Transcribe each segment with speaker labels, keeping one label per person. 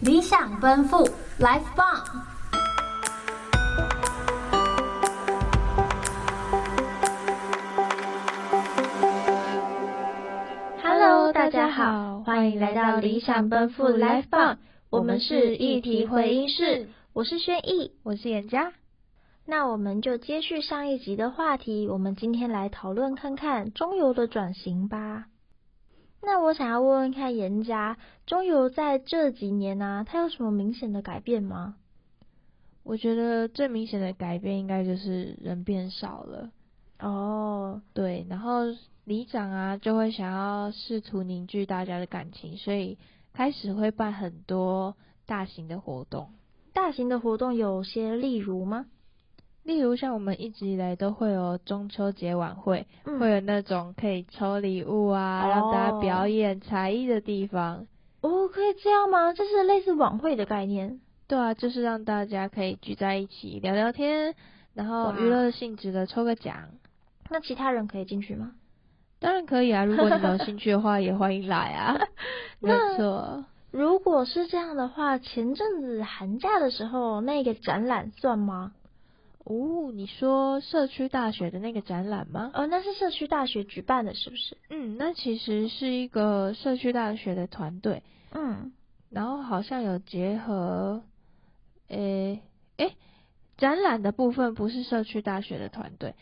Speaker 1: 理想奔赴，Life 棒。
Speaker 2: Hello，大家好，欢迎来到理想奔赴 Life 棒，我们是议题回音室，我是轩逸，我是严佳。那我们就接续上一集的话题，我们今天来讨论看看中游的转型吧。那我想要问问看严家，中游在这几年啊，它有什么明显的改变吗？
Speaker 3: 我觉得最明显的改变应该就是人变少了，
Speaker 2: 哦，
Speaker 3: 对，然后里长啊就会想要试图凝聚大家的感情，所以开始会办很多大型的活动，
Speaker 2: 大型的活动有些例如吗？
Speaker 3: 例如像我们一直以来都会有中秋节晚会，
Speaker 2: 嗯
Speaker 3: 会有那种可以抽礼物啊，
Speaker 2: 哦
Speaker 3: 让大家表演才艺的地方，
Speaker 2: 哦，可以这样吗？这是类似晚会的概念。
Speaker 3: 对啊，就是让大家可以聚在一起聊聊天，然后
Speaker 2: 哇
Speaker 3: 娱乐性质的抽个奖。
Speaker 2: 那其他人可以进去吗？
Speaker 3: 当然可以啊，如果你们有兴趣的话，也欢迎来啊。没
Speaker 2: 那
Speaker 3: 错，
Speaker 2: 如果是这样的话，前阵子寒假的时候那个展览算吗？
Speaker 3: 哦，你说社区大学的那个展览吗？
Speaker 2: 哦，那是社区大学举办的，是不是？
Speaker 3: 嗯，那其实是一个社区大学的团队，
Speaker 2: 嗯，
Speaker 3: 然后好像有结合，诶诶，展览的部分不是社区大学的团队，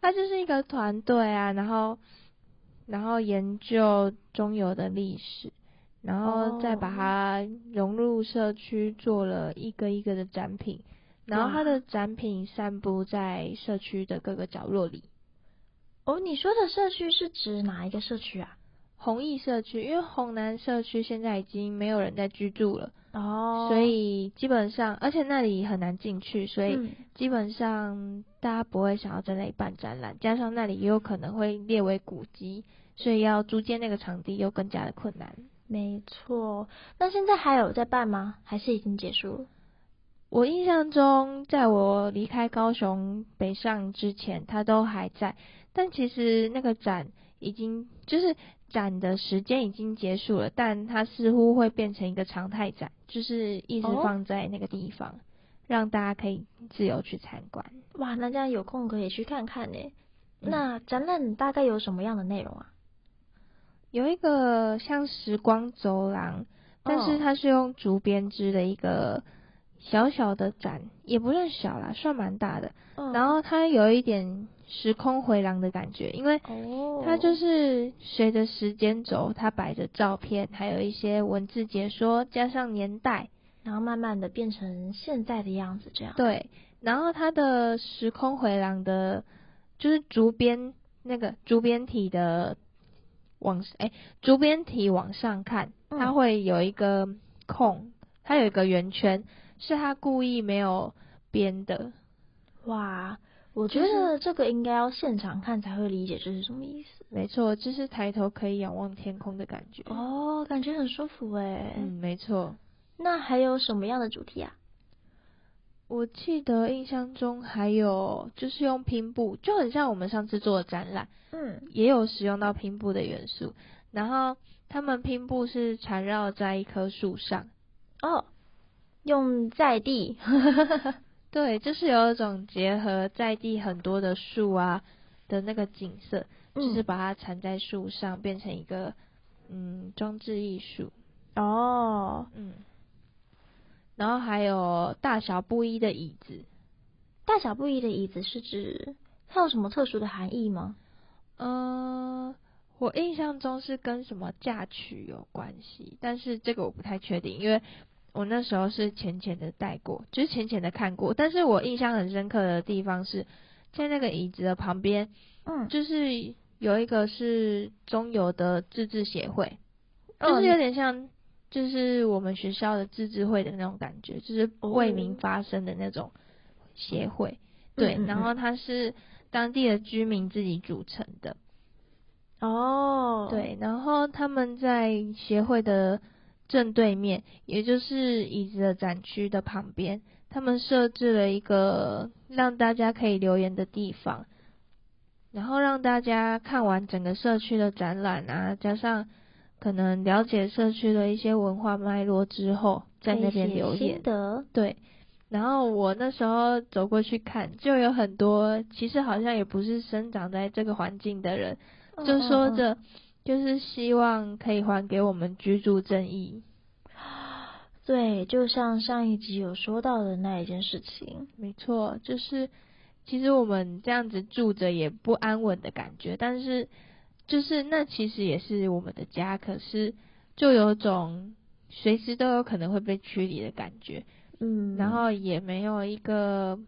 Speaker 3: 它就是一个团队啊，然后然后研究中游的历史，然后再把
Speaker 2: 哦
Speaker 3: 它融入社区，做了一个一个的展品，然后它
Speaker 2: 哇
Speaker 3: 的展品散布在社区的各个角落里。
Speaker 2: 哦，你说的社区是指哪一个社区啊？
Speaker 3: 红艺社区，因为红南社区现在已经没有人在居住了，
Speaker 2: 哦
Speaker 3: 所以基本上，而且那里很难进去，所以
Speaker 2: 嗯
Speaker 3: 基本上大家不会想要在那里办展览，加上那里也有可能会列为古迹，所以要租借那个场地又更加的困难。
Speaker 2: 没错。那现在还有在办吗？还是已经结束了？
Speaker 3: 我印象中，在我离开高雄北上之前，它都还在，但其实那个展已经就是展的时间已经结束了，但它似乎会变成一个常态展，就是一直
Speaker 2: 哦
Speaker 3: 放在那个地方，让大家可以自由去参观。
Speaker 2: 哇，那这样有空可以去看看呢。
Speaker 3: 嗯
Speaker 2: 那展览大概有什么样的内容啊？
Speaker 3: 有一个像时光走廊，但是
Speaker 2: 哦
Speaker 3: 它是用竹编织的一个小小的展，也不算小啦，算蛮大的。
Speaker 2: 嗯
Speaker 3: 然后它有一点时空回廊的感觉，因为
Speaker 2: 哦，
Speaker 3: 它就是随着时间轴，它摆着照片，还有一些文字解说，加上年代，
Speaker 2: 然后慢慢的变成现在的样子，这样。
Speaker 3: 对。然后它的时空回廊的，就是竹编那个竹编体的往哎竹编体往上看，
Speaker 2: 嗯
Speaker 3: 它会有一个空，它有一个圆圈，是它故意没有编的，
Speaker 2: 嗯哇，我觉
Speaker 3: 就是
Speaker 2: 得这个应该要现场看才会理解这是什么意思。
Speaker 3: 没错，就是抬头可以仰望天空的感觉。
Speaker 2: 哦，感觉很舒服哎。
Speaker 3: 嗯，没错。
Speaker 2: 那还有什么样的主题啊？
Speaker 3: 我记得印象中还有就是用拼布，就很像我们上次做的展览，
Speaker 2: 嗯，
Speaker 3: 也有使用到拼布的元素。然后他们拼布是缠绕在一棵树上，
Speaker 2: 哦，用在地。 嗯
Speaker 3: 对，就是有一种结合在地很多的树啊的那个景色，就是
Speaker 2: 嗯
Speaker 3: 把它缠在树上，变成一个嗯装置艺术，
Speaker 2: 哦，
Speaker 3: 嗯。然后还有大小不一的椅子，
Speaker 2: 大小不一的椅子是指它有什么特殊的含义吗？
Speaker 3: 嗯，我印象中是跟什么嫁娶有关系，但是这个我不太确定，因为我那时候是浅浅的带过，就是浅浅的看过。但是我印象很深刻的地方是在那个椅子的旁边，
Speaker 2: 嗯，
Speaker 3: 就是有一个是中游的自治协会，
Speaker 2: 哦
Speaker 3: 就是有点像就是我们学校的自治会的那种感觉，就是
Speaker 2: 哦
Speaker 3: 为民发声的那种协会。对
Speaker 2: 嗯嗯，嗯
Speaker 3: 然后它是当地的居民自己组成的。
Speaker 2: 哦，，
Speaker 3: 对，然后他们在协会的正对面，也就是椅子的展区的旁边，他们设置了一个让大家可以留言的地方，然后让大家看完整个社区的展览啊，加上可能了解社区的一些文化脉络之后，在那边
Speaker 2: 可以写
Speaker 3: 留言
Speaker 2: 心。得，
Speaker 3: 对，然后我那时候走过去看，就有很多其实好像也不是生长在这个环境的人，就说
Speaker 2: 嗯嗯嗯
Speaker 3: 着就是希望可以还给我们居住正义。
Speaker 2: 对，就像上一集有说到的那一件事情，
Speaker 3: 没错，就是其实我们这样子住着也不安稳的感觉，但是就是那其实也是我们的家，可是就有种随时都有可能会被驱离的感觉。
Speaker 2: 嗯，
Speaker 3: 然后也没有一个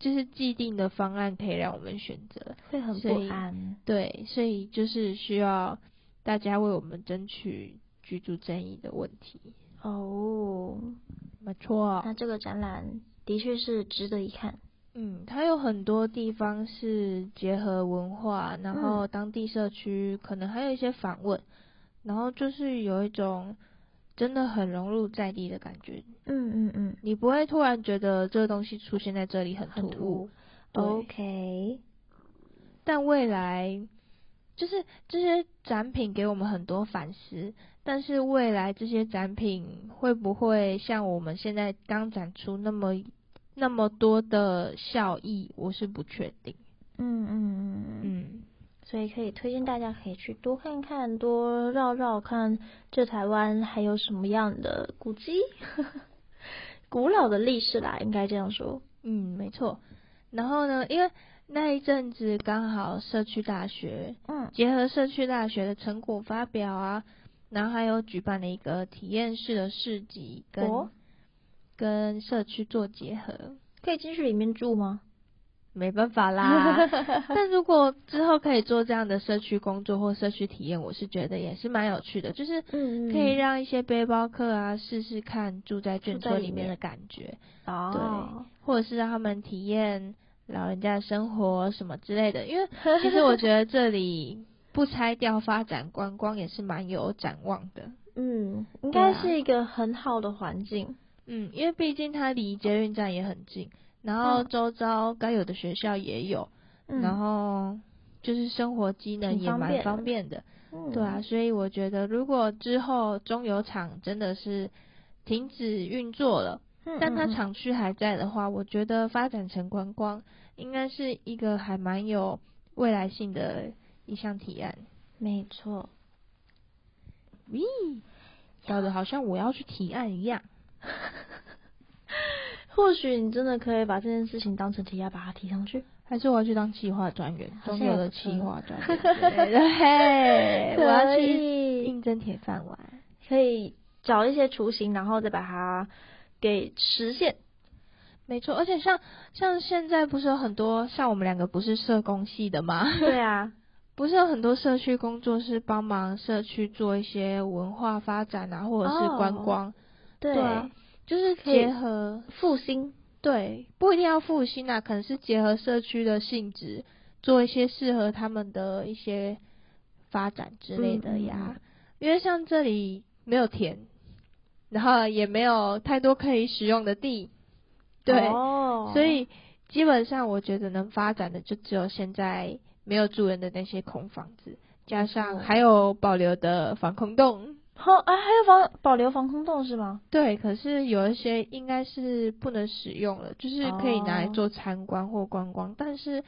Speaker 3: 就是既定的方案可以让我们选择，
Speaker 2: 会很
Speaker 3: 所以
Speaker 2: 不安，
Speaker 3: 对，所以就是需要大家为我们争取居住正义的问题。
Speaker 2: 哦，
Speaker 3: 没错，
Speaker 2: 那这个展览的确是值得一看。
Speaker 3: 嗯，它有很多地方是结合文化，然
Speaker 2: 嗯
Speaker 3: 后当地社区可能还有一些访问，然后就是有一种真的很融入在地的感觉，
Speaker 2: 嗯嗯嗯，
Speaker 3: 你不会突然觉得这个东西出现在这里很
Speaker 2: 很
Speaker 3: 突兀
Speaker 2: 突兀。
Speaker 3: 对
Speaker 2: OK，
Speaker 3: 但未来就是这些展品给我们很多反思，但是未来这些展品会不会像我们现在刚展出那么那么多的效益，我是不确定。
Speaker 2: 嗯嗯嗯嗯，
Speaker 3: 嗯，
Speaker 2: 所以可以推荐大家可以去多看看，多绕绕看，这台湾还有什么样的古迹， 古老的历史啦，应该这样说。
Speaker 3: 嗯，没错。然后呢，因为那一阵子刚好社区大学
Speaker 2: 嗯
Speaker 3: 结合社区大学的成果发表啊，然后还有举办了一个体验式的市集跟、
Speaker 2: 哦
Speaker 3: 跟社区做结合。
Speaker 2: 可以进去里面住吗？
Speaker 3: 没办 法啦。但如果之后可以做这样的社区工作或社区体验，我是觉得也是蛮有趣的，就是
Speaker 2: 嗯
Speaker 3: 可以让一些背包客啊试试看住在眷
Speaker 2: 住在
Speaker 3: 村
Speaker 2: 里
Speaker 3: 里面
Speaker 2: 面
Speaker 3: 的感觉，
Speaker 2: 哦，
Speaker 3: 或者是让他们体验老人家的生活什么之类的。 因为其实我觉得这里不拆掉发展观光也是蛮有展望的。
Speaker 2: 嗯，应
Speaker 3: 对
Speaker 2: 该
Speaker 3: 啊
Speaker 2: 是一个很好的环境。
Speaker 3: 嗯，因为毕竟它离捷运站也很近，然后
Speaker 2: 嗯
Speaker 3: 周遭该有的学校也有，
Speaker 2: 嗯，
Speaker 3: 然后就是生活机能
Speaker 2: 挺
Speaker 3: 也
Speaker 2: 方便
Speaker 3: 蛮
Speaker 2: 的
Speaker 3: 方便的，
Speaker 2: 嗯
Speaker 3: 对啊，，所以我觉得如果之后中油厂真的是停止运作了，
Speaker 2: 嗯
Speaker 3: 但它
Speaker 2: 嗯嗯
Speaker 3: 厂区还在的话，我觉得发展成观光应该是一个还蛮有未来性的一项提案。
Speaker 2: 没错，
Speaker 3: 咦，搞得好像我要去提案一样。
Speaker 2: 或许你真的可以把这件事情当成提案，把它提上去。
Speaker 3: 还是我要去当企划专员，
Speaker 2: 好
Speaker 3: 中
Speaker 2: 像
Speaker 3: 油
Speaker 2: 也
Speaker 3: 的
Speaker 2: 不错
Speaker 3: 企划专员之类的。嘿， 我要
Speaker 2: 可
Speaker 3: 去
Speaker 2: 以
Speaker 3: 应征铁饭碗。
Speaker 2: 可以找一些雏形，然后再把它给实 现。
Speaker 3: 没错，而且像像现在不是有很多像我们两个不是社工系的吗？
Speaker 2: 对啊，
Speaker 3: 不是有很多社区工作是帮忙社区做一些文化发展啊，或者是观
Speaker 2: 哦
Speaker 3: 光，
Speaker 2: 对
Speaker 3: 啊，就是
Speaker 2: 可以
Speaker 3: 结合
Speaker 2: 复兴，
Speaker 3: 对，不一定要复兴啊，可能是结合社区的性质，做一些适合他们的一些发展之类的呀。
Speaker 2: 嗯嗯
Speaker 3: 因为像这里没有田，然后也没有太多可以使用的地，对，
Speaker 2: 哦
Speaker 3: 所以基本上我觉得能发展的就只有现在没有住人的那些空房子，加上还有保留的防空洞。
Speaker 2: 后啊还有防保留防空洞是吗？
Speaker 3: 对，可是有一些应该是不能使用了，就是可以拿来
Speaker 2: 哦
Speaker 3: 做参观或观光，但是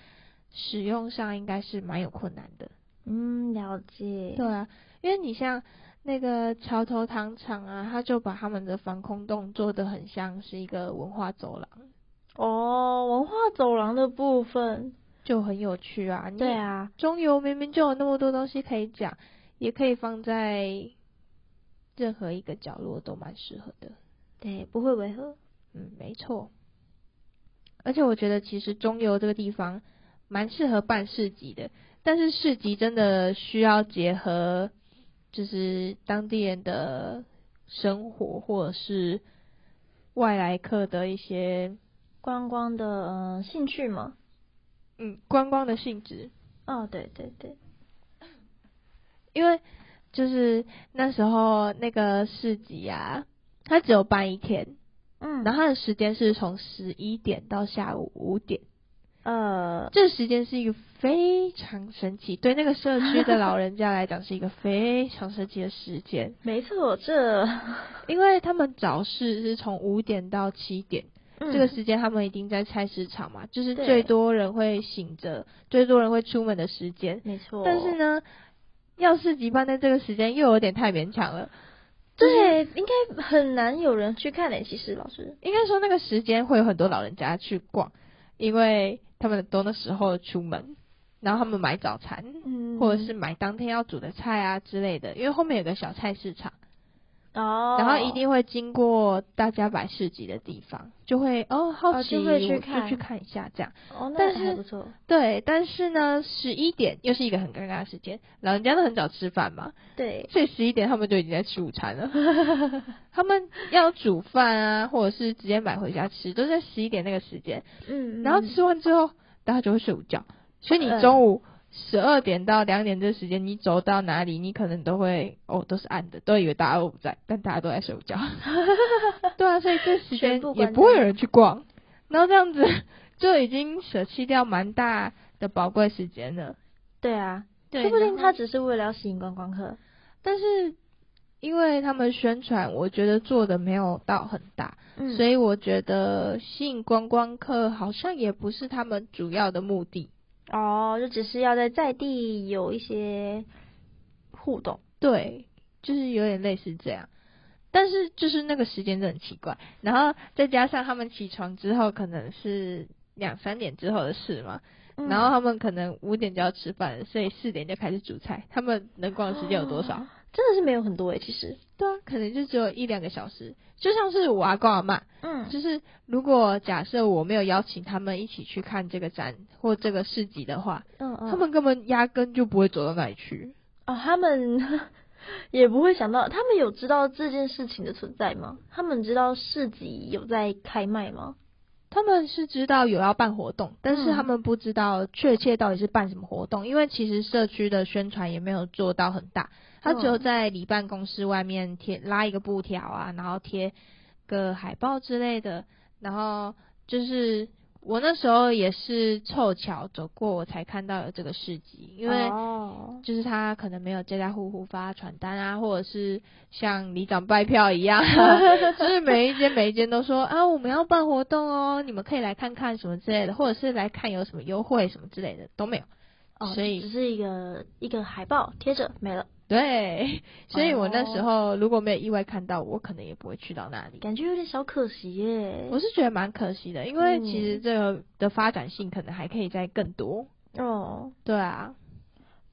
Speaker 3: 使用上应该是蛮有困难的。
Speaker 2: 嗯，了解。
Speaker 3: 对啊，因为你像那个桥头糖厂啊，他就把他们的防空洞做得很像是一个文化走廊，
Speaker 2: 哦，文化走廊的部分，
Speaker 3: 就很有趣啊。你
Speaker 2: 对啊，
Speaker 3: 中游明明就有那么多东西可以讲，也可以放在任何一个角落都蛮适合的。
Speaker 2: 对，不会违和。
Speaker 3: 嗯，没错。而且我觉得其实中游这个地方蛮适合办市集的，但是市集真的需要结合就是当地人的生活或者是外来客的一些
Speaker 2: 观光的呃兴趣嘛，
Speaker 3: 嗯观光的性质。
Speaker 2: 哦，对对对，
Speaker 3: 因为就是那时候那个市集啊，它只有办一天，
Speaker 2: 嗯，
Speaker 3: 然后它的时间是从十一点到下午五点，
Speaker 2: 呃，
Speaker 3: 这时间是一个非常神奇，对那个社区的老人家来讲是一个非常神奇的 时间，
Speaker 2: 没错，这、嗯
Speaker 3: 因为他们早市是从五点到七点，
Speaker 2: 嗯
Speaker 3: 这个时间他们一定在菜市场嘛，就是
Speaker 2: 对
Speaker 3: 最多人会醒着，最多人会出门的时间。
Speaker 2: 没错，
Speaker 3: 但是呢，要市集办在这个时间又有点太勉强了。
Speaker 2: 对，应该很难有人去看诶、其实老师，
Speaker 3: 应该说那个时间会有很多老人家去逛，因为他们都那时候出门，然后他们买早餐，
Speaker 2: 嗯
Speaker 3: 或者是买当天要煮的菜啊之类的。因为后面有个小菜市场，
Speaker 2: 哦，
Speaker 3: 然后一定会经过大家摆市集的地方，就会哦好奇，
Speaker 2: 就会去
Speaker 3: 我
Speaker 2: 看
Speaker 3: 就去看一下这样。
Speaker 2: 哦，那
Speaker 3: 但是
Speaker 2: 还不错，
Speaker 3: 对，但是呢，十一点又是一个很尴尬的时间，老人家都很早吃饭嘛，
Speaker 2: 对，
Speaker 3: 所以十一点他们就已经在吃午 餐了。他们要煮饭啊，或者是直接买回家吃，都在十一点那个时间。
Speaker 2: 嗯，
Speaker 3: 然后
Speaker 2: 嗯
Speaker 3: 吃完之后，大家就会睡午觉。所以你中午十二点到两点这时间，你走到哪里，你可能都会哦，都是暗的，都以为大家都不在，但大家都在睡午 觉。对啊，所以这时
Speaker 2: 全
Speaker 3: 间
Speaker 2: 部关
Speaker 3: 也不会有人去逛，然后这样子就已经舍弃掉蛮大的宝贵时间了。
Speaker 2: 对啊，
Speaker 3: 对
Speaker 2: 说不定
Speaker 3: 然
Speaker 2: 他
Speaker 3: 后
Speaker 2: 只是为了要吸引观光客，
Speaker 3: 但是因为他们宣传，我觉得做的没有到很大，
Speaker 2: 嗯，
Speaker 3: 所
Speaker 2: 以
Speaker 3: 以我觉得吸引观光客好像也不是他们主要的目的。
Speaker 2: 哦，就只是要在在地有一些互动，
Speaker 3: 对，就是有点类似这样。但是就是那个时间真的很奇怪，然后再加上他们起床之后可能是两三点之后的事嘛，
Speaker 2: 嗯
Speaker 3: 然后他们可能五点就要吃饭了，所以四点就开始煮菜，他们能逛的时间有多少？
Speaker 2: 真的是没有很多欸诶、其实，
Speaker 3: 对啊，可能就只有一两个小时，就像是我阿公阿妈，
Speaker 2: 嗯
Speaker 3: 就是如果假设我没有邀请他们一起去看这个展或这个市集的话，
Speaker 2: 嗯嗯，
Speaker 3: 他们根本压根就不会走到哪里去。
Speaker 2: 哦，他们 也不会想到，他们有知道这件事情的存在吗？他们知道市集有在开卖吗？
Speaker 3: 他们是知道有要办活动，但是
Speaker 2: 嗯
Speaker 3: 他们不知道确切到底是办什么活动，因为其实社区的宣传也没有做到很大，他只有
Speaker 2: 嗯
Speaker 3: 在离办公室外面贴拉一个布条啊，然后贴个海报之类的，然后就是我那时候也是凑巧走过，我才看到有这个市集，因为
Speaker 2: 哦，
Speaker 3: 就是他可能没有家家户户发传单啊， 或者是像里长拜票一样、啊 就是每一间每一间都说啊，我们要办活动哦，你们可以来看看什么之类的，或者是来看有什么优惠什么之类的都没有。
Speaker 2: 哦，
Speaker 3: 所以
Speaker 2: 只是一个一个海报贴着没了，
Speaker 3: 对， 所以我那
Speaker 2: 哦
Speaker 3: 时候如果没有意外看到，我可能也不会去到那里。
Speaker 2: 感觉有点小可惜耶。
Speaker 3: 我是觉得蛮可惜的，因为
Speaker 2: 嗯
Speaker 3: 其实这个的发展性可能还可以再更多。
Speaker 2: 哦，
Speaker 3: 对啊，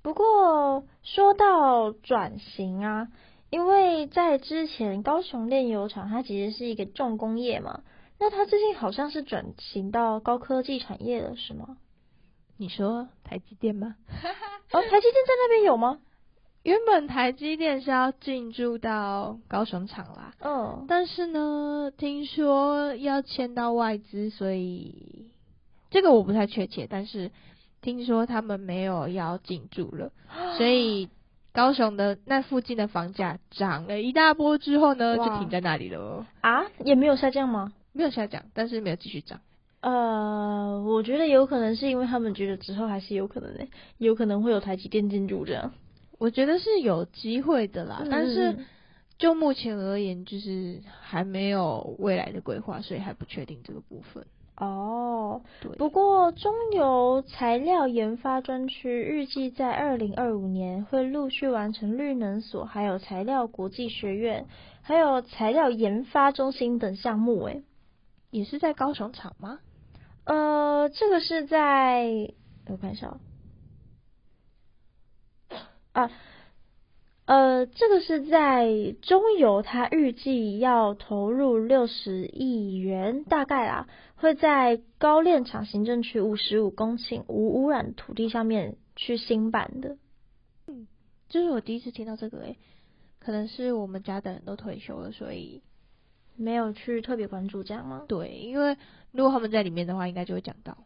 Speaker 2: 不过说到转型啊，因为在之前高雄炼油厂它其实是一个重工业嘛，那它最近好像是转型到高科技产业了，是吗？
Speaker 3: 你说台积电吗？
Speaker 2: 哦，台积电在那边有吗？
Speaker 3: 原本台积电是要进驻到高雄厂啦，
Speaker 2: 嗯，
Speaker 3: 但是呢，听说要签到外资，所以这个我不太确切，但是听说他们没有要进驻 了，所以高雄的那附近的房价涨了一大波之后呢，就
Speaker 2: 哇
Speaker 3: 停在那里了，
Speaker 2: 啊，也没有下降吗？
Speaker 3: 没有下降，但是没有继续涨。
Speaker 2: 呃，我觉得有可能是因为他们觉得之后还是有可能的、有可能会有台积电进驻这样。
Speaker 3: 我觉得是有机会的啦，但是
Speaker 2: 嗯
Speaker 3: 就目前而言，就是还没有未来的规划，所以还不确定这个部分。
Speaker 2: 哦，
Speaker 3: 对，
Speaker 2: 不过中油材料研发专区预计在二零二五年会陆续完成绿能所、还有材料国际学院、还有材料研发中心等项目。诶，
Speaker 3: 也是在高雄厂吗？
Speaker 2: 呃，这个是在我看一下哦啊，呃，这个是在中油，它预计要投入六十亿元，大概啦，会在高炼厂行政区五十五公顷无污染土地上面去新办的。
Speaker 3: 这是我第一次听到这个诶、可能是我们家的人都退休了，所以
Speaker 2: 没有去特别关注这样吗？
Speaker 3: 对，因为如果他们在里面的话，应该就会讲到。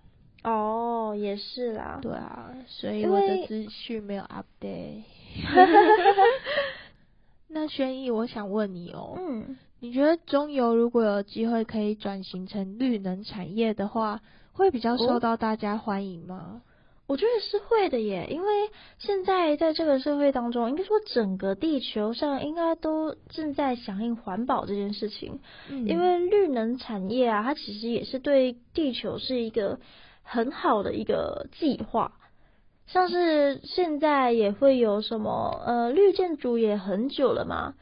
Speaker 2: 哦，也是啦。
Speaker 3: 对啊，所以
Speaker 2: 因
Speaker 3: 我
Speaker 2: 为
Speaker 3: 的资讯没有 update。那轩逸，我想问你哦，
Speaker 2: 嗯，
Speaker 3: 你觉得中油如果有机会可以转型成绿能产业的话，会比较受
Speaker 2: 哦
Speaker 3: 到大家欢迎吗？
Speaker 2: 我觉得是会的耶，因为现在在这个社会当中，应该说整个地球上应该都正在响应环保这件事情，
Speaker 3: 嗯
Speaker 2: 因为绿能产业啊，它其实也是对地球是一个很好的一个计划。像是现在也会有什么呃，绿建筑也很久了嘛，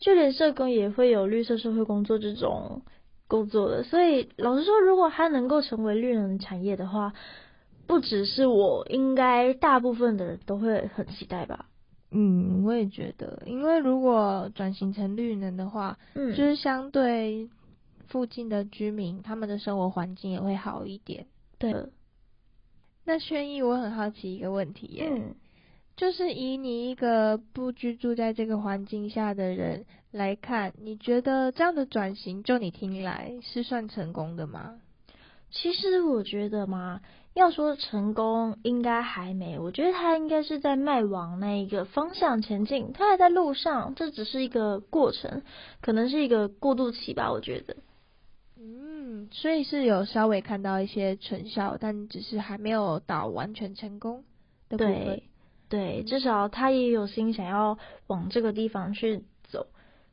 Speaker 2: 就连社工也会有绿色社会工作这种工作的。所以老实说，如果它能够成为绿能产业的话，不只是我，应该大部分的人都会很期待吧。
Speaker 3: 嗯，我也觉得，因为如果转型成绿能的话，
Speaker 2: 嗯，
Speaker 3: 就是相对附近的居民，他们的生活环境也会好一点。
Speaker 2: 对，
Speaker 3: 那轩逸，我很好奇一个问题耶，
Speaker 2: 嗯，
Speaker 3: 就是以你一个不居住在这个环境下的人来看，你觉得这样的转型，就你听来是算成功的吗？
Speaker 2: 其实我觉得嘛，要说成功，应该还没。我觉得他应该是在迈往那一个方向前进，他还在路上，这只是一个过程，可能是一个过渡期吧。我觉得，
Speaker 3: 嗯，所以是有稍微看到一些成效，但只是还没有到完全成功的部分嗯
Speaker 2: 对。，对，至少他也有心想要往这个地方去走。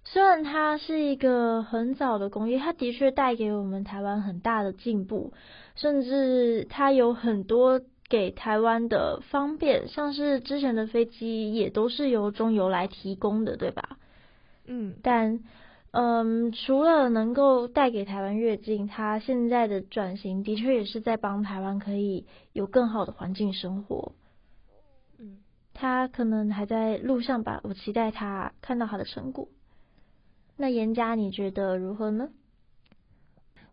Speaker 2: 虽然它是一个很早的工业，它的确带给我们台湾很大的进步，甚至它有很多给台湾的方便，像是之前的飞机也都是由中油来提供的，对吧？
Speaker 3: 嗯，
Speaker 2: 但嗯，除了能够带给台湾跃进，它现在的转型的确也是在帮台湾可以有更好的环境生活。
Speaker 3: 嗯，
Speaker 2: 它可能还在路上吧，我期待它看到它的成果。那严家你觉得如何呢？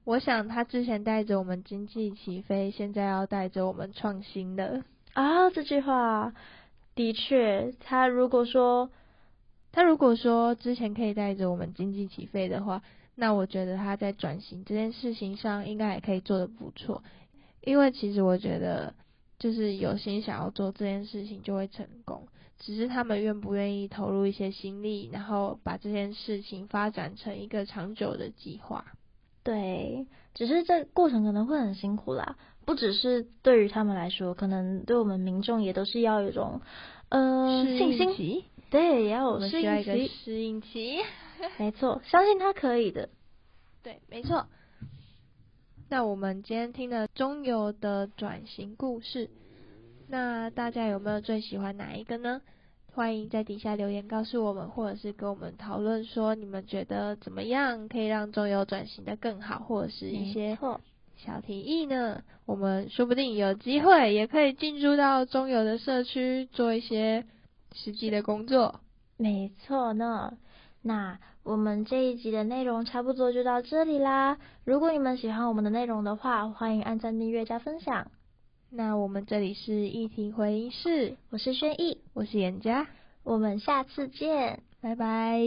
Speaker 3: 我想他之前带着我们经济起飞，现在要带着我们创新了。
Speaker 2: 啊，这句话的确，他如果说
Speaker 3: 他如果说之前可以带着我们经济起飞的话，那我觉得他在转型这件事情上应该也可以做得不错，因为其实我觉得就是有心想要做这件事情就会成功，只是他们愿不愿意投入一些心力，然后把这件事情发展成一个长久的计划。
Speaker 2: 对，只是这过程可能会很辛苦啦，不只是对于他们来说，可能对我们民众也都是要有一种呃
Speaker 3: 适
Speaker 2: 信
Speaker 3: 应
Speaker 2: 心，
Speaker 3: 期，
Speaker 2: 对，也要
Speaker 3: 我
Speaker 2: 有
Speaker 3: 们
Speaker 2: 适
Speaker 3: 需要
Speaker 2: 应
Speaker 3: 一个
Speaker 2: 期，
Speaker 3: 适应期。
Speaker 2: 没错，相信他可以的。
Speaker 3: 对，没错。那我们今天听了中游的转型故事，那大家有没有最喜欢哪一个呢？欢迎在底下留言告诉我们，或者是跟我们讨论说你们觉得怎么样可以让中游转型的更好，或者是一
Speaker 2: 没
Speaker 3: 些
Speaker 2: 错，
Speaker 3: 小提议呢？我们说不定有机会也可以进入到中游的社区做一些实际的工作。
Speaker 2: 没错呢。那我们这一集的内容差不多就到这里啦。如果你们喜欢我们的内容的话，欢迎按赞、订阅、加分享。
Speaker 3: 那我们这里是议题回音室，
Speaker 2: 我是轩逸，
Speaker 3: 我是严佳，
Speaker 2: 我们下次见。
Speaker 3: 拜拜。